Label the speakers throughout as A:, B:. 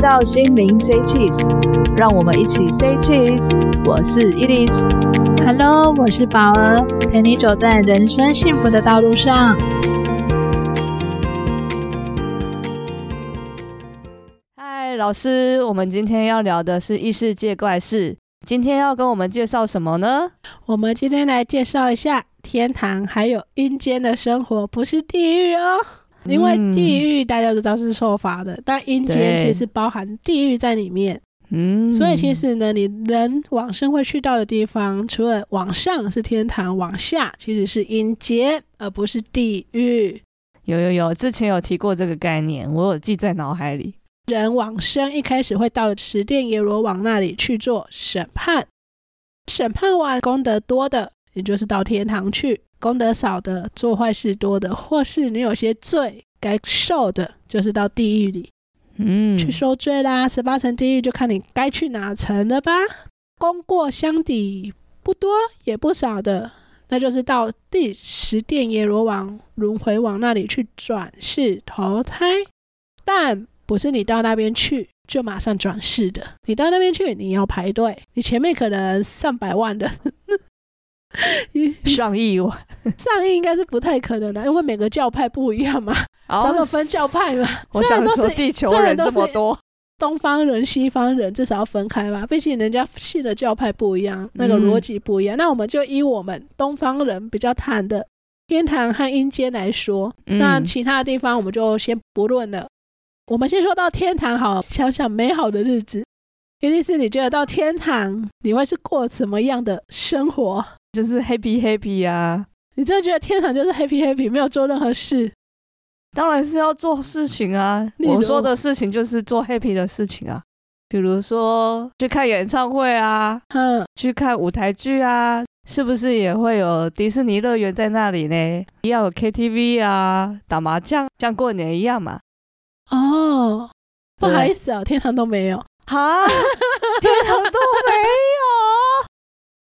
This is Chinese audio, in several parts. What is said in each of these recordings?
A: 到心灵 say cheese，让我们一起 say cheese。我是伊丽丝，
B: Hello，我是宝儿，陪你走在人生幸福的道路上。
C: 嗨，老师，我们今天要聊的是异世界怪事。今天要跟我们介绍什么呢？
B: 我们今天来介绍一下天堂还有阴间的生活，不是地狱哦。因为
C: 嗯
B: 地狱大家都知道是受罚的，但阴间
C: 对
B: 其实包含地狱在里面。
C: 嗯，
B: 所以其实呢，你人往生会去到的地方，除了往上是天堂，往下其实是阴间，而不是地狱。
C: 有有有，之前有提过这个概念，我有记在脑海里。
B: 人往生一开始会到十殿阎罗王那里去做审判，审判完功德多的，也就是到天堂去；功德少的，做坏事多的，或是你有些罪该受的，就是到地狱里
C: 嗯，
B: 去受罪啦。十八层地狱就看你该去哪层了吧。功过相抵不多也不少的，那就是到第十殿阎罗王轮回王那里去转世投胎，但不是你到那边去就马上转世的，你到那边去你要排队，你前面可能上百万的。
C: 上亿万，
B: 上亿应该是不太可能的，因为每个教派不一样嘛，咱们分教
C: 哦。
B: 派嘛。
C: 我
B: 虽然
C: 想
B: 都
C: 说，
B: 是
C: 地球
B: 虽然
C: 人
B: 都
C: 这么
B: 是
C: 多，
B: 东方人、西方人至少要分开吧，毕竟人家信的教派不一样，那个逻辑不一样。那我们就以我们东方人比较谈的天堂和阴间来说，那
C: 嗯
B: 其他地方我们就先不论了。我们先说到天堂好，想想美好的日子。伊丽丝，你觉得到天堂你会是过什么样的生活？
C: 就是 happy happy 啊，
B: 你真的觉得天堂就是 happy happy，没有做任何事？
C: 当然是要做事情啊。
B: 例如
C: 我说的事情就是做 happy 的事情啊，比如说去看演唱会啊，
B: 嗯，
C: 去看舞台剧啊，是不是也会有迪士尼乐园在那里呢？也要有 KTV 啊，打麻将，像过年一样嘛。
B: 哦，不好
C: 对
B: 意思哦，天堂都没有。
C: 哈， 天堂都没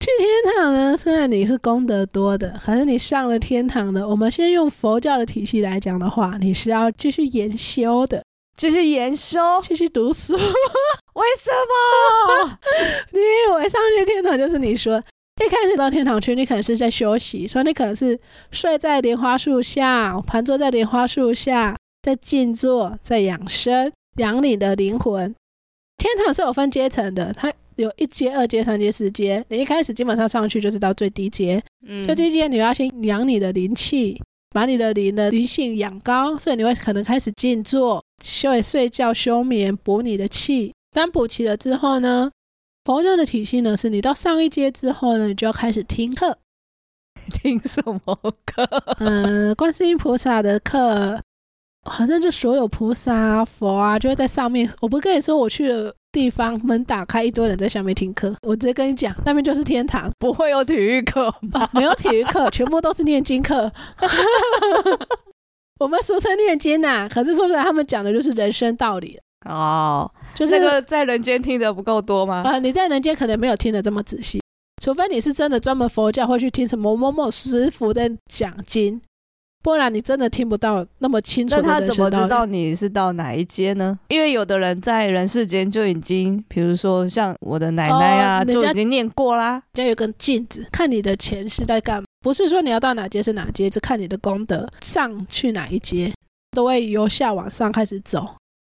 B: 去天堂呢，虽然你是功德多的，可是你上了天堂的，我们先用佛教的体系来讲的话，你是要继续研修的，
C: 有，就是研修，
B: 继续读书。
C: 为什么？
B: 你以为上去天堂就是你说一开始到天堂去，你可能是在休息，所以你可能是睡在莲花树下，盘坐在莲花树下，在静坐，在养生，养你的灵魂。天堂是有分阶层的，它有一阶、二阶、三阶、四阶。你一开始基本上上去就是到最低阶，
C: 嗯
B: 就第一件，你要先养你的灵气，把你的灵的灵性养高，所以你会可能开始静坐、休睡觉、休眠，补你的气。当补齐了之后呢，佛教的体系呢，是你到上一阶之后呢，你就要开始听课，
C: 听什么歌？
B: 嗯，观世音菩萨的课，好像就所有菩萨、啊、佛啊，就会在上面。我不跟你说，我去的地方门打开，一堆人在下面听课，我直接跟你讲，那边就是天堂。
C: 不会有体育课吗？
B: 没有体育课，全部都是念经课。 我们俗称念经呐、可是说出来他们讲的就是人生道理，
C: 哦，
B: 就是、
C: 这个在人间听的不够多吗？
B: 呃，你在人间可能没有听得这么仔细，除非你是真的专门佛教会去听什么某某师傅在讲经，不然你真的听不到那么清楚
C: 那
B: 的
C: 他
B: 人
C: 怎么知
B: 生道理。
C: 道你是到哪一阶呢？因为有的人在人世间就已经，比如说像我的奶奶啊，
B: 哦人
C: 就
B: 家
C: 已经念过啦。
B: 人家有根镜子，看你的前世在干嘛。不是说你要到哪阶是哪阶，是看你的功德上去哪一阶，都会由下往上开始走。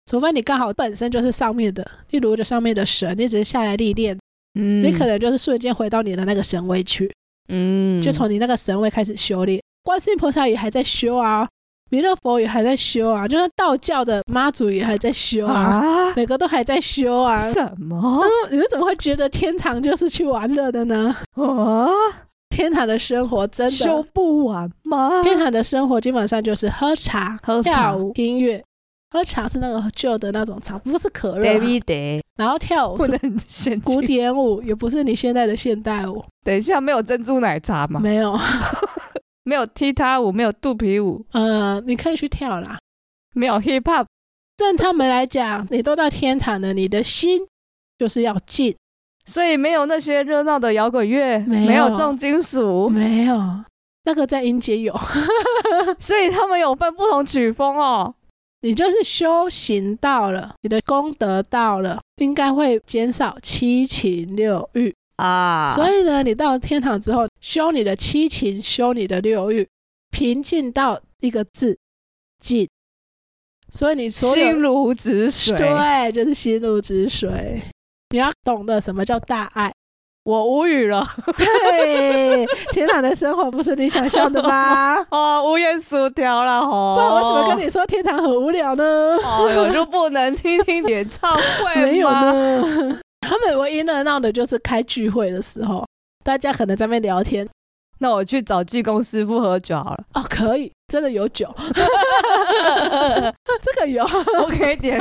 B: 除非你刚好本身就是上面的，例如就上面的神，你只是下来历练，
C: 嗯
B: 你可能就是瞬间回到你的那个神位去，
C: 嗯，
B: 就从你那个神位开始修炼。观世音菩萨也还在修啊，弥勒佛也还在修啊，就算道教的妈祖也还在修啊，
C: 啊
B: 每个都还在修啊。
C: 什 么
B: 那你们怎么会觉得天堂就是去玩乐的呢？
C: 啊？
B: 天堂的生活真的
C: 修不完吗？
B: 天堂的生活基本上就是喝茶、
C: 喝茶
B: 跳舞、音乐。喝茶是那个旧的那种茶，不是可乐啊、
C: David Day
B: 然后跳舞
C: 不
B: 是
C: 能先
B: 古
C: 去。
B: 典舞，也不是你现在的现代舞，
C: 等一下，没有珍珠奶茶吗？
B: 没有。
C: 没有踢踏舞，没有肚皮舞，
B: 呃，你可以去跳啦。
C: 没有 hip hop。
B: 但他们来讲，你都到天堂了，你的心就是要静，
C: 所以没有那些热闹的摇滚乐，
B: 没有
C: 没有重金属，
B: 没有那个在阴间有。
C: 所以他们有分不同曲风哦。
B: 你就是修行到了，你的功德到了，应该会减少七情六欲。
C: 啊，
B: 所以呢，你到天堂之后，修你的七情，修你的六欲，平静到一个字“静”。所以你所有
C: 心如止水。
B: 对，就是心如 止水。你要懂得什么叫大爱。
C: 我无语了，
B: 对，天堂的生活不是你想象 的吧？
C: 哦，无言薯条了吼。
B: 不然我怎么跟你说天堂很无聊呢？
C: 哦，我就不能听听演唱会
B: 没有
C: 吗？
B: 呢。他们唯一热闹的就是开聚会的时候，大家可能在那边聊天。
C: 那我去找济公师傅喝酒好了。
B: 哦，可以，真的有酒， 这个有。
C: 我可以点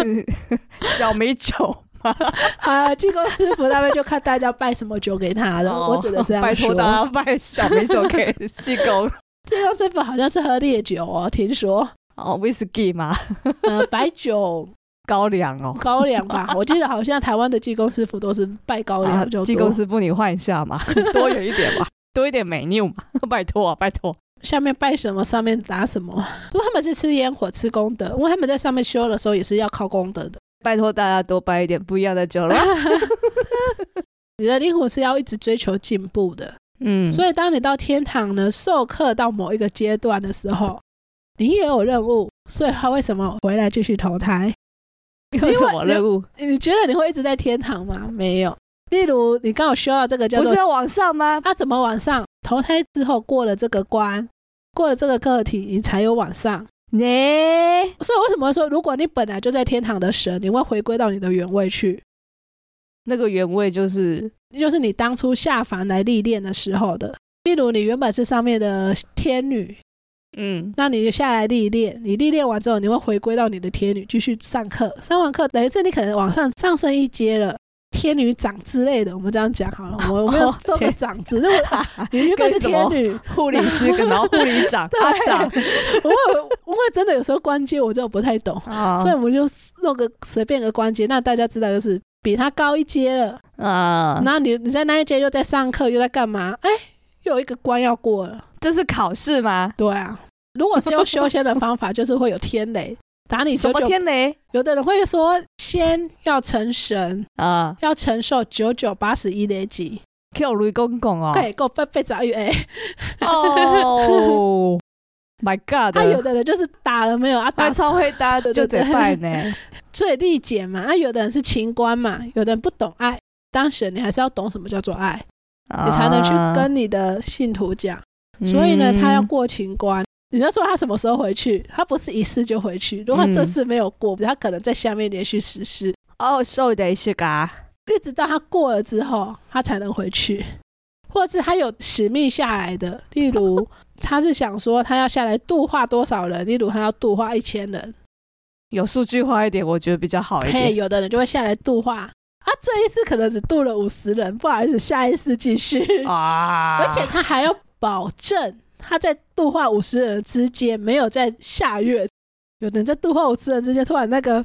C: 小米酒吗？
B: 啊，济公师傅他们就看大家拜什么酒给他了，
C: 哦
B: 我只能这样
C: 拜
B: 说
C: 托。大家拜小米酒给济公。
B: 济公师傅好像是喝烈酒哦，听说，
C: 哦，whisky 吗？
B: 呃，白酒、
C: 高粱哦。
B: 高粱吧，我记得好像台湾的济公师傅都是拜高
C: 啊
B: 粱就多。
C: 济公师傅，你换一下嘛， 多远一点嘛，多一点美妞嘛， 拜托啊，拜托。
B: 下面拜什么，上面打什么。不过他们是吃烟火、吃功德，因为他们在上面修的时候也是要靠功德的。
C: 拜托大家多拜一点不一样的酒了。
B: 你的灵魂是要一直追求进步的，
C: 嗯，
B: 所以当你到天堂呢授课到某一个阶段的时候，你也有任务，所以他为什么回来继续投胎？
C: 以有什么任务？
B: 你觉得你会一直在天堂吗？没有。例如，你刚好修到这个叫
C: 不
B: 做
C: 是要往上吗？
B: 啊，怎么往上？投胎之后过了这个关，过了这个课题，你才有往上。
C: 呢？
B: 所以为什么说，如果你本来就在天堂的神，你会回归到你的原位去，
C: 那个原味就是
B: 就是你当初下凡来历练的时候的。例如，你原本是上面的天女，
C: 嗯，
B: 那你下来历练，你历练完之后，你会回归到你的天女，继续上课。上完课，等于是你可能往上上升一阶了，天女长之类的。我们这样讲好 了，我我没有做个
C: 哦天
B: 长子，那我 你原本是天女，
C: 护理师跟然后护理 长
B: 对
C: 阿长
B: 我会我会真的有时候关节我真的不太懂，
C: 啊
B: 所以我们就弄个随便个关节，那大家知道就是比他高一阶了。
C: 啊，
B: 然后你你在那一阶又在上课，又在干嘛？哎，又有一个关要过了。
C: 这是考试吗？
B: 对啊，如果是用修仙的方法，就是会有天雷打你
C: 什
B: 九
C: 么
B: 九。
C: 天雷
B: 有的人会说，先要成神，
C: 啊
B: 要承受九九八十一雷击，
C: ？Q 雷公公哦，
B: 盖够被被砸晕。哎，
C: 哦 ，My God！
B: 啊，有的人就是打了没有啊，打
C: 他超会搭
B: 对
C: 就
B: 对
C: 得
B: 对
C: 拜 呢，
B: 最理解嘛。啊，有的人是情关嘛，有的人不懂爱。当神，你还是要懂什么叫做爱，
C: 啊
B: 你才能去跟你的信徒讲。
C: 跟
B: 所以呢，他要过情关。你就说他什么时候回去？他不是一次就回去，如果他这次没有过，他可能在下面连续实施，
C: 哦，受的是嘎，
B: 一直到他过了之后，他才能回去，或者是他有使命下来的。例 如，他是想说他要下来度化多少人，例如他要度化一千人，
C: 有数据化一点，我觉得比较好一
B: 嘿，
C: 点。
B: 有的人就会下来度化。啊，这一次可能只度了五十人，不好意思，下一次继续。
C: 啊，
B: 而且他还要保证他在度化五十人之间没有在下月，有人在度化五十人之间突然那个，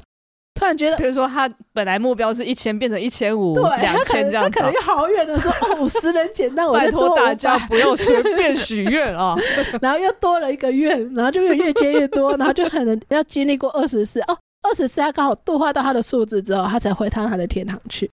B: 突然觉得
C: 比如说他本来目标是一千，变成一千五、
B: 对，
C: 两
B: 他可
C: 千这
B: 能他
C: 样
B: 可
C: 子
B: 能
C: 哦。
B: 又好远的说哦，五十人简单，我
C: 拜
B: 再多
C: 托大
B: 500
C: 家，不要随便许愿 啊！
B: 然后又多了一个月，然后就越越接越多，然后就可能要经历过二十四哦，二十四他刚好度化到他的数字之后，他才回到他的天堂去。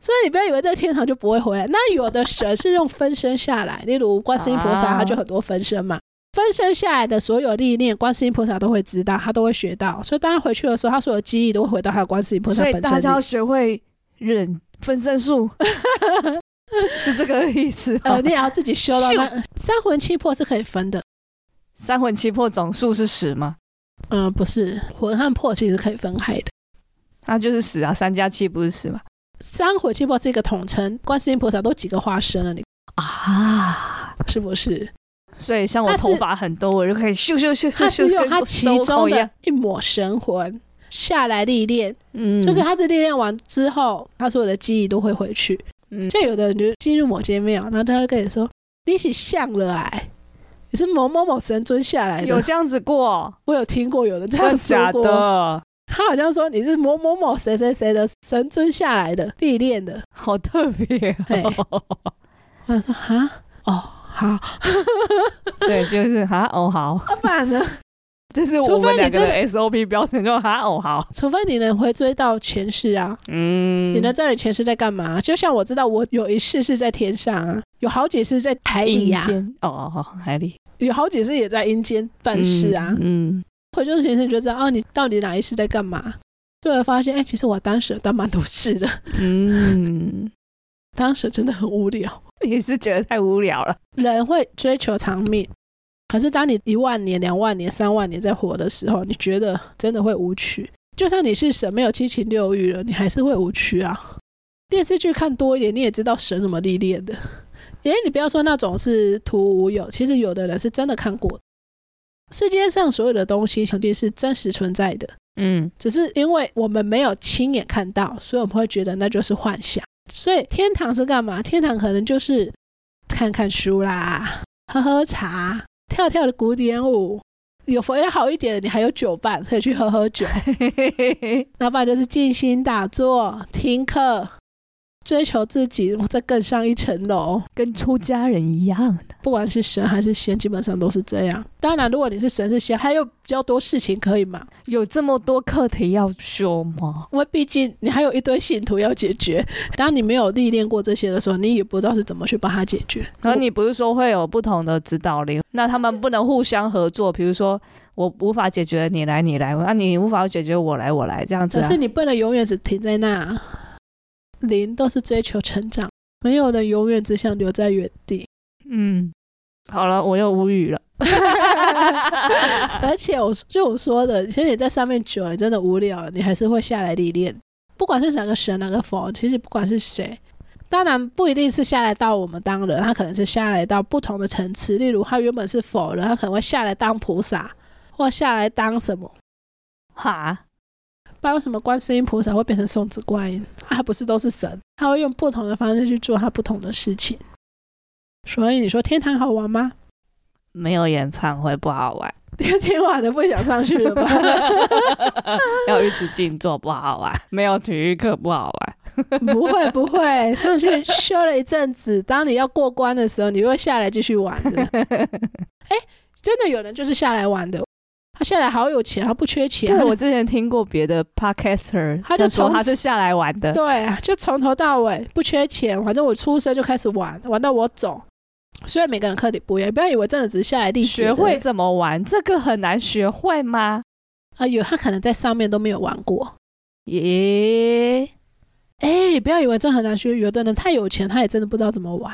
B: 所以你不要以为在天堂就不会回来。那有的神是用分身下来，例如观世音菩萨，
C: 啊
B: 他就很多分身嘛。分身下来的所有历练，观世音菩萨都会知道，他都会学到。所以当他回去的时候，他所有记忆都会回到他的观世音菩萨
C: 所以
B: 本
C: 大
B: 身
C: 家要
B: 里。
C: 学会忍分身术， 是这个意思吗。
B: 呃，你也要自己修到那三魂七魄是可以分的。
C: 三魂七魄总数是十吗？
B: 嗯、不是魂和魄其实可以分开的。
C: 那就是十啊，三加七不是十吗？
B: 三火气魄是一个统称，观世音菩萨都几个化身了，你
C: 啊，
B: 是不是？
C: 所以像我头发很多，我就可以咻咻咻咻
B: 他 是
C: 咻，
B: 用
C: 跟
B: 他其
C: 孙悟空
B: 中
C: 一样
B: 的，一抹神魂下来历练，
C: 嗯
B: 就是他的历练完之后，他所有的记忆都会回去。
C: 嗯
B: 像有的人就进入某间庙，然后他就跟你说：“你是像了哎，你是某某某神尊下来
C: 有
B: 的。
C: 这样子过，”
B: 我有听过有人这
C: 真
B: 样
C: 的
B: 说
C: 假
B: 过，
C: 的？
B: 他好像说你是某某某谁谁谁的神尊下来的历练的。
C: 好特别哦，
B: 我想说哈哦好，
C: 对，就是啊，哦好，
B: 老板呢？
C: 这是
B: 除
C: 我
B: 非
C: 们
B: 你
C: 两个
B: 真
C: 的 SOP 标准，就哈哦好，
B: 除非你能回追到前世啊，
C: 嗯，
B: 你能知道你前世在干嘛。就像我知道我有一世是在天上啊，有好几世在海啊里
C: 阴
B: 呀、
C: 间哦哦哦，海里
B: 有好几世也在阴间办事啊。
C: 嗯，
B: 回追到前世你就知道哦，你到底哪一世在干嘛。就会发现，哎、其实我当时有当蛮多事的，
C: 嗯，嗯
B: 当时真的很无聊。
C: 你是觉得太无聊了，
B: 人会追求长命，可是当你一万年、两万年、三万年在活的时候，你觉得真的会无趣。就算你是神，没有七情六欲了，你还是会无趣啊。电视剧看多一点，你也知道神怎么历练的。诶，你不要说那种是图无有，其实有的人是真的看过的。世界上所有的东西，肯定是真实存在的，
C: 嗯
B: 只是因为我们没有亲眼看到，所以我们会觉得那就是幻想。所以天堂是干嘛？天堂可能就是看看书啦，喝喝茶，跳跳的古典舞。有佛要好一点的，你还有酒伴可以去喝喝酒。要不然就是静心打坐、听课，追求自己，再更上一层楼。
C: 跟出家人一样，
B: 不管是神还是仙，基本上都是这样。当然，如果你是神是仙，还有比较多事情可以嘛。
C: 有这么多课题要修吗？
B: 因为毕竟你还有一堆信徒要解决。当你没有历练过这些的时候，你也不知道是怎么去帮他解决。
C: 然后你不是说会有不同的指导灵，那他们不能互相合作，比如说我无法解决你来你来，啊你无法解决我来我来这样子
B: 可
C: 啊
B: 是，你不能永远只停在那，灵都是追求成长，没有人永远只想留在原地。
C: 嗯，好了，我又无语了，
B: 而且我就我说的，其实你在上面久了，你真的无聊了，你还是会下来历练。不管是哪个神哪个佛，其实不管是谁，当然不一定是下来到我们当人，他可能是下来到不同的层次。例如，他原本是佛人，他可能会下来当菩萨，或下来当什么。
C: 哈，
B: 不知道为什么观世音菩萨会变成送子观音，他不是都是神，他会用不同的方式去做他不同的事情。所以你说天堂好玩吗？
C: 没有演唱会不好玩。
B: 天晚的不想上去了吧？
C: 要一直静坐不好玩，没有体育课不好玩。
B: 不会不会，上去修了一阵子，当你要过关的时候，你会下来继续玩的。真的有人就是下来玩的，他下来好有钱，他不缺 钱，
C: 对
B: 他
C: 我之前听过别的 podcaster，
B: 他就
C: 说
B: 从
C: 他是下来玩的，
B: 对啊，就从头到尾不缺钱，反正我出生就开始玩，玩到我走。所以每个人课题不一样，不要以为真的只是下来历学
C: 学
B: 的
C: 会怎么玩，这个很难学会吗？
B: 啊，有他可能在上面都没有玩过。
C: 耶，
B: 哎，不要以为这很难学，有的人太有钱，他也真的不知道怎么玩。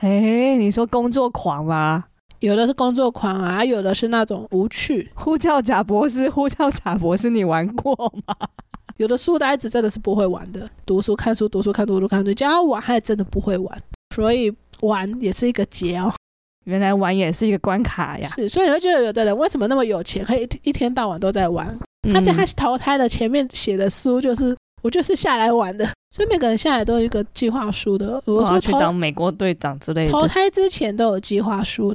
C: 哎，你说工作狂吗？
B: 有的是工作狂啊，有的是那种无趣，
C: 呼叫贾博士，呼叫贾博士，你玩过吗？
B: 有的书呆子真的是不会玩的，读书看书，读书看读书看书，叫他玩他也真的不会玩，所以玩也是一个劫哦。
C: 原来玩也是一个关卡呀。
B: 是，所以你会觉得有的人为什么那么有钱，可以一一天到晚都在玩？他在他
C: 嗯
B: 投胎的前面写的书就是我就是下来玩的，所以每个人下来都有一个计划书的。我
C: 我要
B: 说
C: 去
B: 投
C: 当美国队长之类
B: 投
C: 的。
B: 胎之前都有计划书，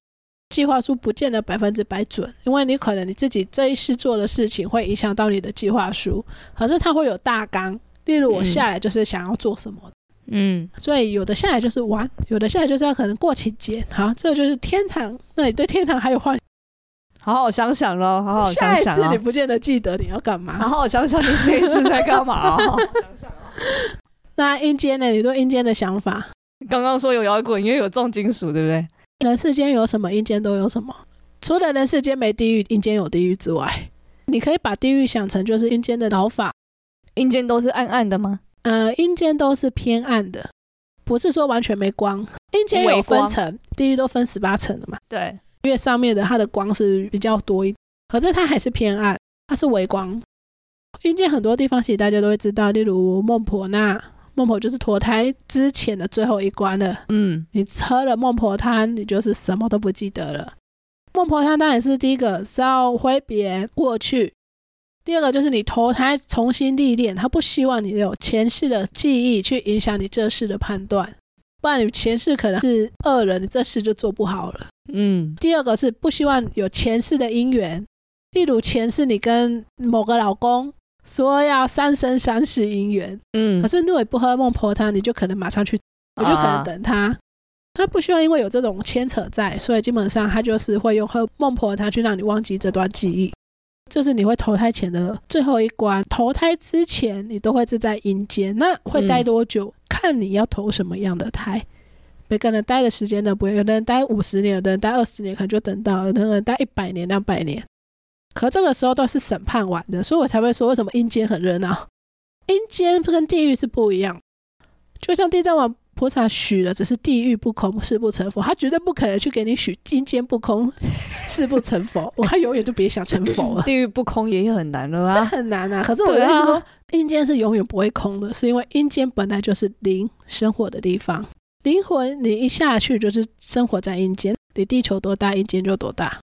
B: 计划书不见得百分之百准，因为你可能你自己这一世做的事情会影响到你的计划书，可是它会有大纲。例如我
C: 嗯
B: 下来就是想要做什么，
C: 嗯，
B: 所以有的下来就是玩，有的下来就是要可能过情节。好，这个就是天堂。那你对天堂还有幻
C: 好好想想喽，好好
B: 下
C: 想
B: 一
C: 想
B: 次
C: 哦
B: 你不见得记得你要干嘛。
C: 好好想想你这一次在干嘛哦、
B: 那阴间呢？你对阴间的想法？
C: 刚刚说有摇滚，因为有重金属，对不对？
B: 人世间有什么，阴间都有什么。除了人世间没地狱，阴间有地狱之外，你可以把地狱想成就是阴间的牢法。
C: 阴间都是暗暗的吗？
B: 呃，阴间都是偏暗的，不是说完全没光。阴间有
C: 微光
B: 分层，地狱都分十八层的嘛，
C: 对，
B: 越上面的它的光是比较多一点，可是它还是偏暗，它是微光。阴间很多地方其实大家都会知道，例如孟婆那，孟婆就是脱胎之前的最后一关了。
C: 嗯，
B: 你喝了孟婆汤，你就是什么都不记得了。孟婆汤当然是第一个是要挥别过去，第二个就是你投胎重新历练，他不希望你有前世的记忆去影响你这世的判断，不然你前世可能是恶人，你这世就做不好了。
C: 嗯，
B: 第二个是不希望有前世的姻缘，例如前世你跟某个老公说要三生三世姻缘，
C: 嗯啊
B: 可，是如果你不喝孟婆汤，你就可能马上去我就可能等他。他不需要因为有这种牵扯在，所以基本上他就是会用喝孟婆汤去让你忘记这段记忆。就是你会投胎前的最后一关，投胎之前你都会是在阴间，那会
C: 嗯
B: 待多久？看你要投什么样的胎。每个人待的时间都不一样，有的人待五十年，有的人待二十年，可能就等到；有的人待一百年、两百年。可这个时候都是审判完的，所以我才会说为什么阴间很热闹。阴间哎跟地狱是不一样的，就像地藏王菩萨许了，只是地狱不空，誓不成佛，他绝对不可能去给你许阴间不空， 誓不 成佛。我他永远就别想成佛了。
C: 地狱不空也很难了
B: 这
C: 啊。
B: 很难啊！可是我的
C: 对
B: 意
C: 啊
B: 思说，阴间是永远不会空的，是因为阴间本来就是灵生活的地方，灵魂你一下去就是生活在阴间，你地球多大，阴间就多大。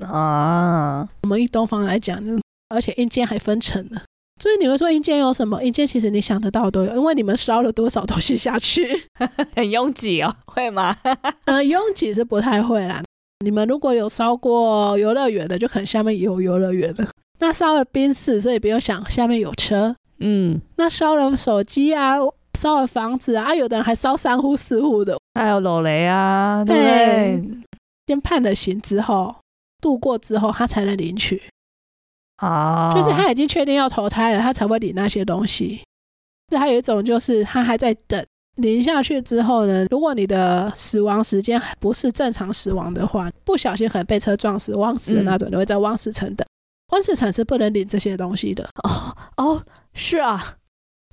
C: 啊，
B: 我们以东方来讲，而且阴间还分层呢。所以你会说阴间有什么？阴间其实你想得到的都有，因为你们烧了多少东西下去。
C: 很拥挤哦，会吗？
B: 呃，拥挤是不太会啦。你们如果有烧过游乐园的，就可能下面也有游乐园了。那烧了冰室，所以不用想下面有车。
C: 嗯，
B: 那烧了手机啊，烧了房子啊，啊有的人还烧三户四户的。
C: 还有楼雷啊，对不
B: 哎
C: 对？
B: 先判了刑之后，度过之后，他才能领取，
C: 啊，
B: 就是他已经确定要投胎了，他才会领那些东西。这还有一种就是他还在等，领下去之后呢，如果你的死亡时间不是正常死亡的话，不小心可能被车撞死、枉死的那种，你会在枉死城等。枉死城是不能领这些东西的，
C: 哦哦，是啊，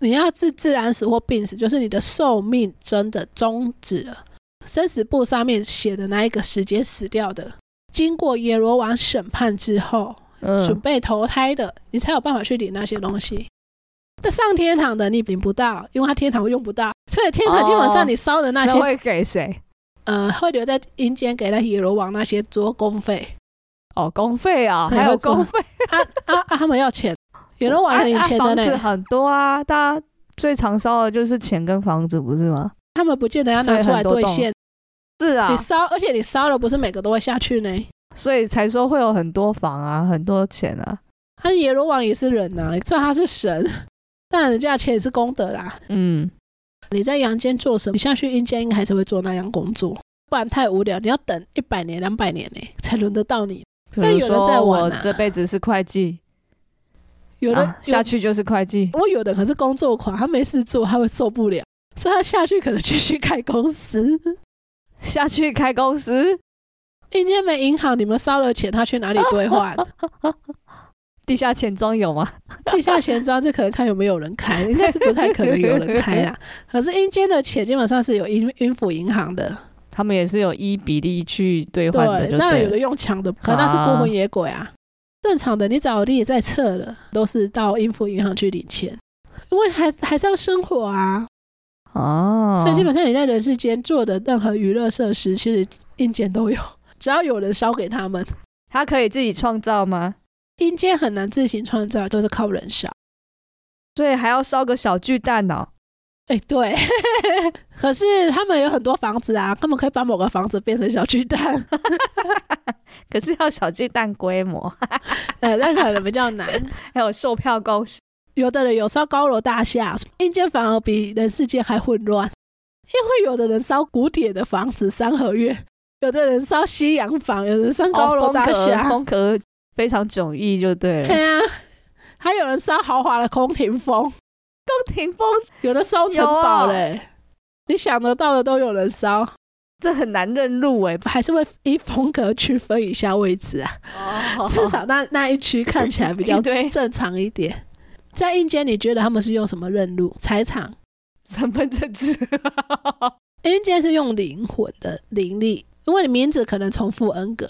B: 你要是自然死或病死，就是你的寿命真的终止了。生死簿上面写的那一个时间死掉的，经过阎罗王审判之后，准
C: 嗯，
B: 备投胎的，你才有办法去领那些东西。但上天堂的你领不到，因为他天堂用不到，所以天堂基本
C: 哦
B: 上你烧的那些，
C: 那会给谁？
B: 呃，会留在阴间给那阎罗王那些做 工费。
C: 哦，公费啊，
B: 对
C: 还有
B: 会做
C: 公费，
B: 啊啊啊！他们要钱，阎罗王很有
C: 啊啊
B: 钱的
C: 房子
B: 呢，
C: 很多啊，大家最常烧的就是钱跟房子，不是吗？
B: 他们不见得要
C: 所以
B: 拿出
C: 很
B: 来
C: 多
B: 兑
C: 洞
B: 现。
C: 是啊
B: 你，烧，而且你烧了，不是每个都会下去呢。
C: 所以才说会有很多房啊，很多钱啊。
B: 他是阎罗王也是人呐、虽然他是神， 但人家的钱也是功德啦。
C: 嗯，
B: 你在阳间做什么，你下去阴间应该还是会做那样工作，不然太无聊。你要等一百年、两百年呢、才轮得到你。
C: 比
B: 但
C: 如
B: 有人在
C: 说我
B: 玩啊
C: 这辈子是会计，
B: 有的、
C: 啊下，去就是会计。
B: 我有的可是工作狂，他没事做，他会受不了，所以他下去可能继续开公司。
C: 下去开公司，
B: 阴间没银行，你们烧了钱，他去哪里 兑换？
C: 地下钱庄有吗？
B: 地下钱庄这可能看有没有人开，应该是不太可能有人 开啦。可是阴间的钱基本上是有阴阴府银行的，
C: 他们也是有依比例去兑换的
B: 对，
C: 就
B: 那
C: 对
B: 有的
C: 了。
B: 用抢的，可那是孤魂野鬼啊。正常的，你找地在撤了，都是到应付银行去领钱，因为还还是要生活啊。
C: 哦，
B: 所以基本上你在人世间做的任何娱乐设施，其实阴间都 有，只要有人烧给他们。
C: 他可以自己创造吗？
B: 阴间很难自行创造，都是靠人烧。
C: 所以还要烧个小巨蛋哦。
B: 哎，对， 可是他们有很多房子啊，他们可以把某个房子变成小巨 蛋，
C: 可是要小巨蛋规模，
B: 呃，那可能比较难。
C: 还有售票公 司。
B: 有的人有烧高楼大厦，阴间反而比人世间还混乱，因为有的人烧古典的房子三合院，有的人烧西洋房，有人烧高楼
C: 哦
B: 大
C: 风格
B: 厦，
C: 风格非常迥异，就对 了。
B: 对啊，还有人烧豪华的宫廷风，
C: 宫廷风
B: 有的烧城
C: 啊
B: 堡嘞、你想得到的都有人烧，
C: 这很难认路哎。
B: 还是会依风格区分一下位置啊，
C: 哦
B: 至少那那一区看起来比 较
C: 一堆
B: 正常一点。在阴间，你觉得他们是用什么认路？财产？
C: 身份证字。
B: 阴间是用灵魂的灵力，因为你名字可能重复 n 个，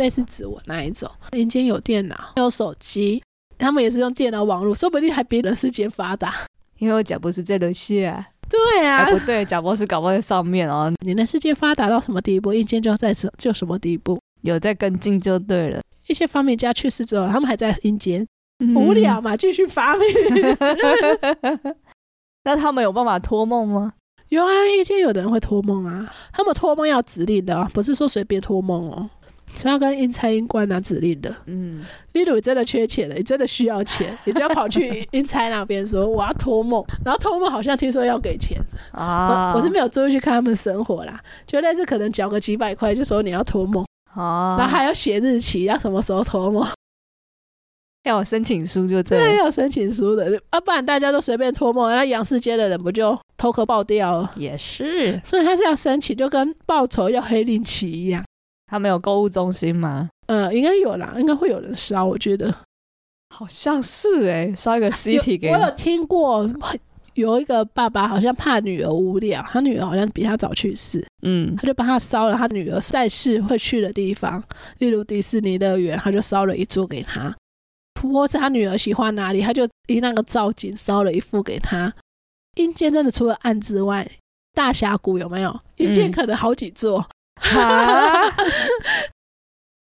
B: 类似指纹那一种。阴间有电脑，有手机，他们也是用电脑网络，说不定还比人世间发达。
C: 因为我贾博士在楼下，
B: 对啊，
C: 哎不对，贾博士搞不好在上面哦，
B: 你人世界发达到什么地步，阴间就在什就什么地步。
C: 有在跟进就对了。
B: 一些发明家去世之后，他们还在阴间，无 聊嘛，继续发明。
C: 嗯。那他们有办法托梦吗？
B: 有啊，阴间有的人会托梦啊，他们托梦要指令的、哦，不是说随便托梦哦，是要跟阴差阴官拿指令的。
C: 嗯，
B: 例如你真的缺钱了，你真的需要钱，你就要跑去 阴差那边说我要托梦，然后托梦好像听说要给钱，
C: 啊，
B: 我我是没有注意去看他们生活啦，就类似可能缴个几百块就说你要托梦，
C: 啊，
B: 然后还要写日期，要什么时候托梦。
C: 要有申请书就对
B: 对，
C: 了，
B: 要有申请书的，啊，不然大家都随便托梦，那杨世街的人不就头壳爆掉了？
C: 也是。
B: 所以他是要申请，就跟报仇要黑令旗一样。
C: 他们有购物中心吗？
B: 呃，应该有啦，应该会有人烧，我觉得。
C: 好像是哎、烧一个
B: 啊有
C: CT 给
B: 我
C: 你
B: 有听过，有一个爸爸好像怕女儿无聊，他女儿好像比他早去世，
C: 嗯，
B: 他就帮他烧了他女儿赛事会去的地方，例如迪士尼乐园，他就烧了一座给他。或是他女儿喜欢哪里，他就以那个造景烧了一幅给他。阴间真的除了暗之外，大峡谷有没有？阴间
C: 嗯
B: 可能好几座。
C: 哈，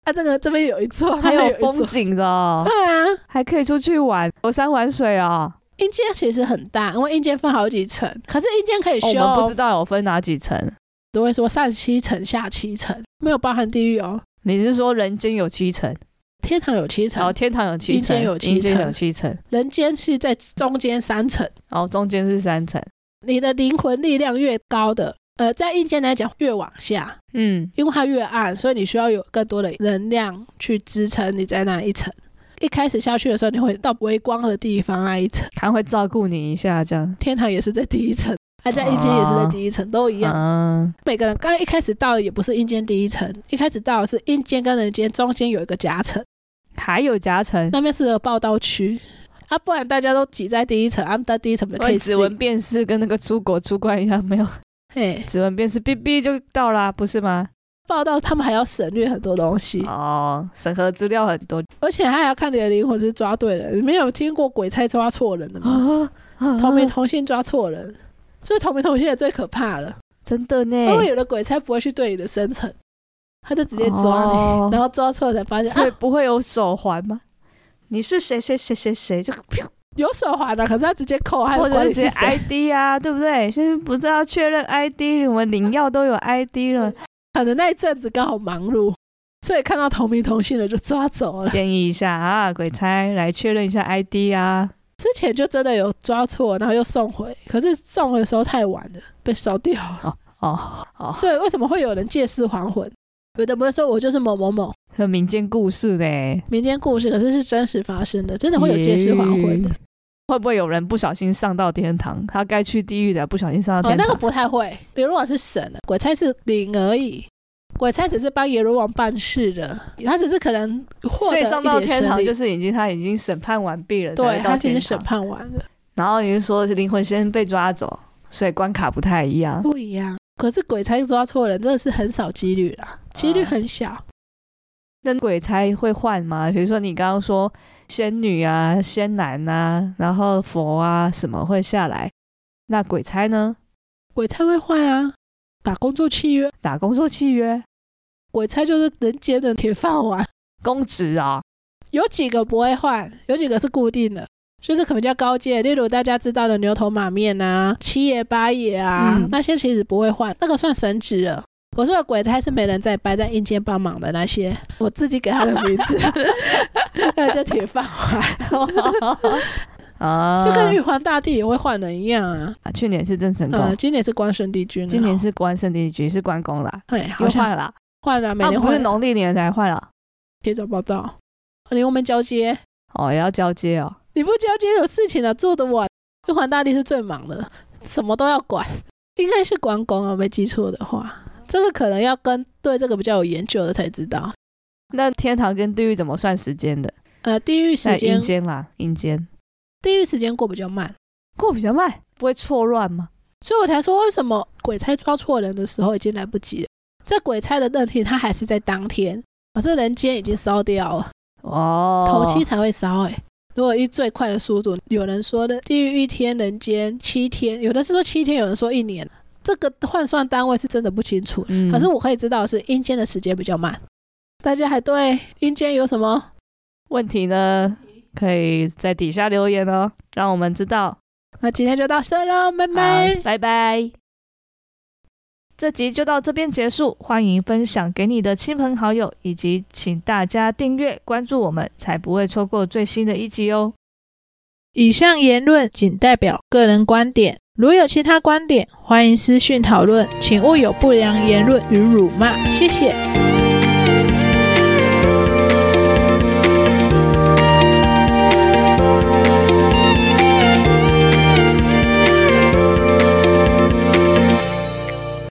B: 啊，这个这边有一座，
C: 还
B: 那边
C: 有
B: 有一
C: 风
B: 座。
C: 景的、哦，
B: 对啊，
C: 还可以出去玩，游山玩水哦。
B: 阴间其实很大，因为阴间分好几层，可是阴间可以
C: 哦我
B: 修、
C: 们不知道有分哪几层，
B: 都会说上七层、下七层，没有包含地狱哦。
C: 你是说人间有七层，
B: 天堂有七层，
C: 然后天堂有七层，
B: 阴间有七层
C: 阴间有七层，
B: 人间是在中间三层。
C: 然后中间是三层。
B: 你的灵魂力量越高的，呃，在阴间来讲越往下，
C: 嗯，
B: 因为它越暗，所以你需要有更多的能量去支撑你在那一层。一开始下去的时候，你会到微光的地方那一层，
C: 他会照顾你一下这样。
B: 天堂也是在第一层，啊，在阴间也是在第一层，都一样。
C: 嗯，
B: 每个人刚一开始到的也不是阴间第一层，一开始到的是阴间跟人间中间有一个夹层。
C: 还有夹层，
B: 那边是个报道区啊，不然大家都挤在第一层，啊，到第一层就可
C: 关
B: 以
C: 于
B: 死
C: 指。纹辨识跟那个出国出关一样，没有
B: 嘿，
C: 指纹辨识哔哔就到啦，不是吗？
B: 报道他们还要省略很多东西，
C: 哦，审核资料很多
B: 而且他还要看你的灵魂是抓对人。你没有听过鬼差抓错人的吗？
C: 啊，
B: 同名同姓抓错人，所以同名同姓的最可怕了，
C: 真的呢，
B: 因为有的鬼差不会去对你的生辰，他就直接抓你，
C: 哦
B: 然后抓错了才发现
C: 所以
B: 啊
C: 不会有手环吗？你是谁谁谁谁谁就噗
B: 有手环的，可是他直接扣，还有
C: 或者
B: 管
C: 是
B: 你
C: 直
B: 是
C: 接
B: 谁，
C: ID 啊，对不对？现在不是要确认 ID，我们领药都有 ID 了。
B: 可能那一阵子刚好忙碌，所以看到同名同姓的就抓走了。
C: 建议一下啊，鬼差来确认一下 ID 啊。
B: 之前就真的有抓错，然后又送回，可是送回的时候太晚了，被烧掉了。
C: 哦哦，
B: 所以为什么会有人借尸还魂？有的不是说我就是某某某
C: 和民间故事呢，
B: 民间故事，可是是真实发生的，真的会有借尸还魂的
C: 耶。会不会有人不小心上到天堂？他该去地狱的，不小心上到
B: 哦，
C: 天
B: 那个
C: 堂。
B: 不太会。阎罗王是神的，鬼差是灵而已。鬼差只是帮阎罗王办事的，他只是可能获
C: 所
B: 得
C: 以上到
B: 一点
C: 天堂
B: 神力
C: 就是已经他已经审判完毕了，才
B: 对，
C: 会
B: 他
C: 到
B: 只是
C: 天
B: 审
C: 堂。
B: 判完了，
C: 然后你是说灵魂先被抓走，所以关卡不太一样。
B: 不一样。可是鬼差抓错人真的是很少几率啦，几率
C: 啊
B: 很小。
C: 那鬼差会换吗？比如说你刚刚说仙女啊、仙男啊，然后佛啊什么会下来，那鬼差呢？
B: 鬼差会换啊，打工作契约，
C: 打工作契约、
B: 鬼差就是人间的铁饭碗。
C: 公职 啊、
B: 有几个不会换，有几个是固定的，就是可能比较高阶，例如大家知道的牛头马面啊、七爷八爷啊，
C: 嗯
B: 那些其实不会换，那个算神职了。我说的鬼差是没人在掰在阴间帮忙的那些，我自己给他的名 字，那叫铁饭碗，
C: 啊，
B: 就跟玉皇大帝也会换人一样啊。
C: 啊去年是郑成功，
B: 呃，今年是关圣帝君啊，
C: 今年是关圣帝君，是关公啦，
B: 哎，好
C: 又换
B: 像
C: 了啦，
B: 换了，每
C: 啊
B: 年
C: 不是
B: 换
C: 农历年才换了，
B: 贴早报道，离我们交接。
C: 哦，也要交接哦。
B: 你不交接有事情了，啊做得完。玉皇大帝是最忙的，什么都要管，应该是关公啊，没记错的话，这个可能要跟对这个比较有研究的才知道。
C: 那天堂跟地狱怎么算时间的？
B: 呃，地狱
C: 在
B: 时
C: 阴
B: 间，
C: 间啦，阴间
B: 地狱时间过比较慢，
C: 过比较慢，不会错乱吗？
B: 所以我才说为什么鬼差抓错人的时候已经来不及了。这鬼差的任天他还是在当天，可是人间已经烧掉了，
C: 哦，
B: 头七才会烧哎、如果以最快的速度，有人说的地狱一天，人间七天，有的是说七天，有人说一年，这个换算单位是真的不清楚。
C: 嗯，
B: 可是我可以知道的是阴间的时间比较慢。大家还对阴间有什么？
C: 问题呢，可以在底下留言哦，让我们知道。
B: 那今天就到这喽，拜
C: 好
B: 拜。
C: 拜拜。这集就到这边结束，欢迎分享给你的亲朋好友，以及请大家订阅关注我们，才不会错过最新的一集哦。
D: 以上言论仅代表个人观点，如有其他观点，欢迎私讯讨论，请勿有不良言论与辱骂。
B: 谢谢。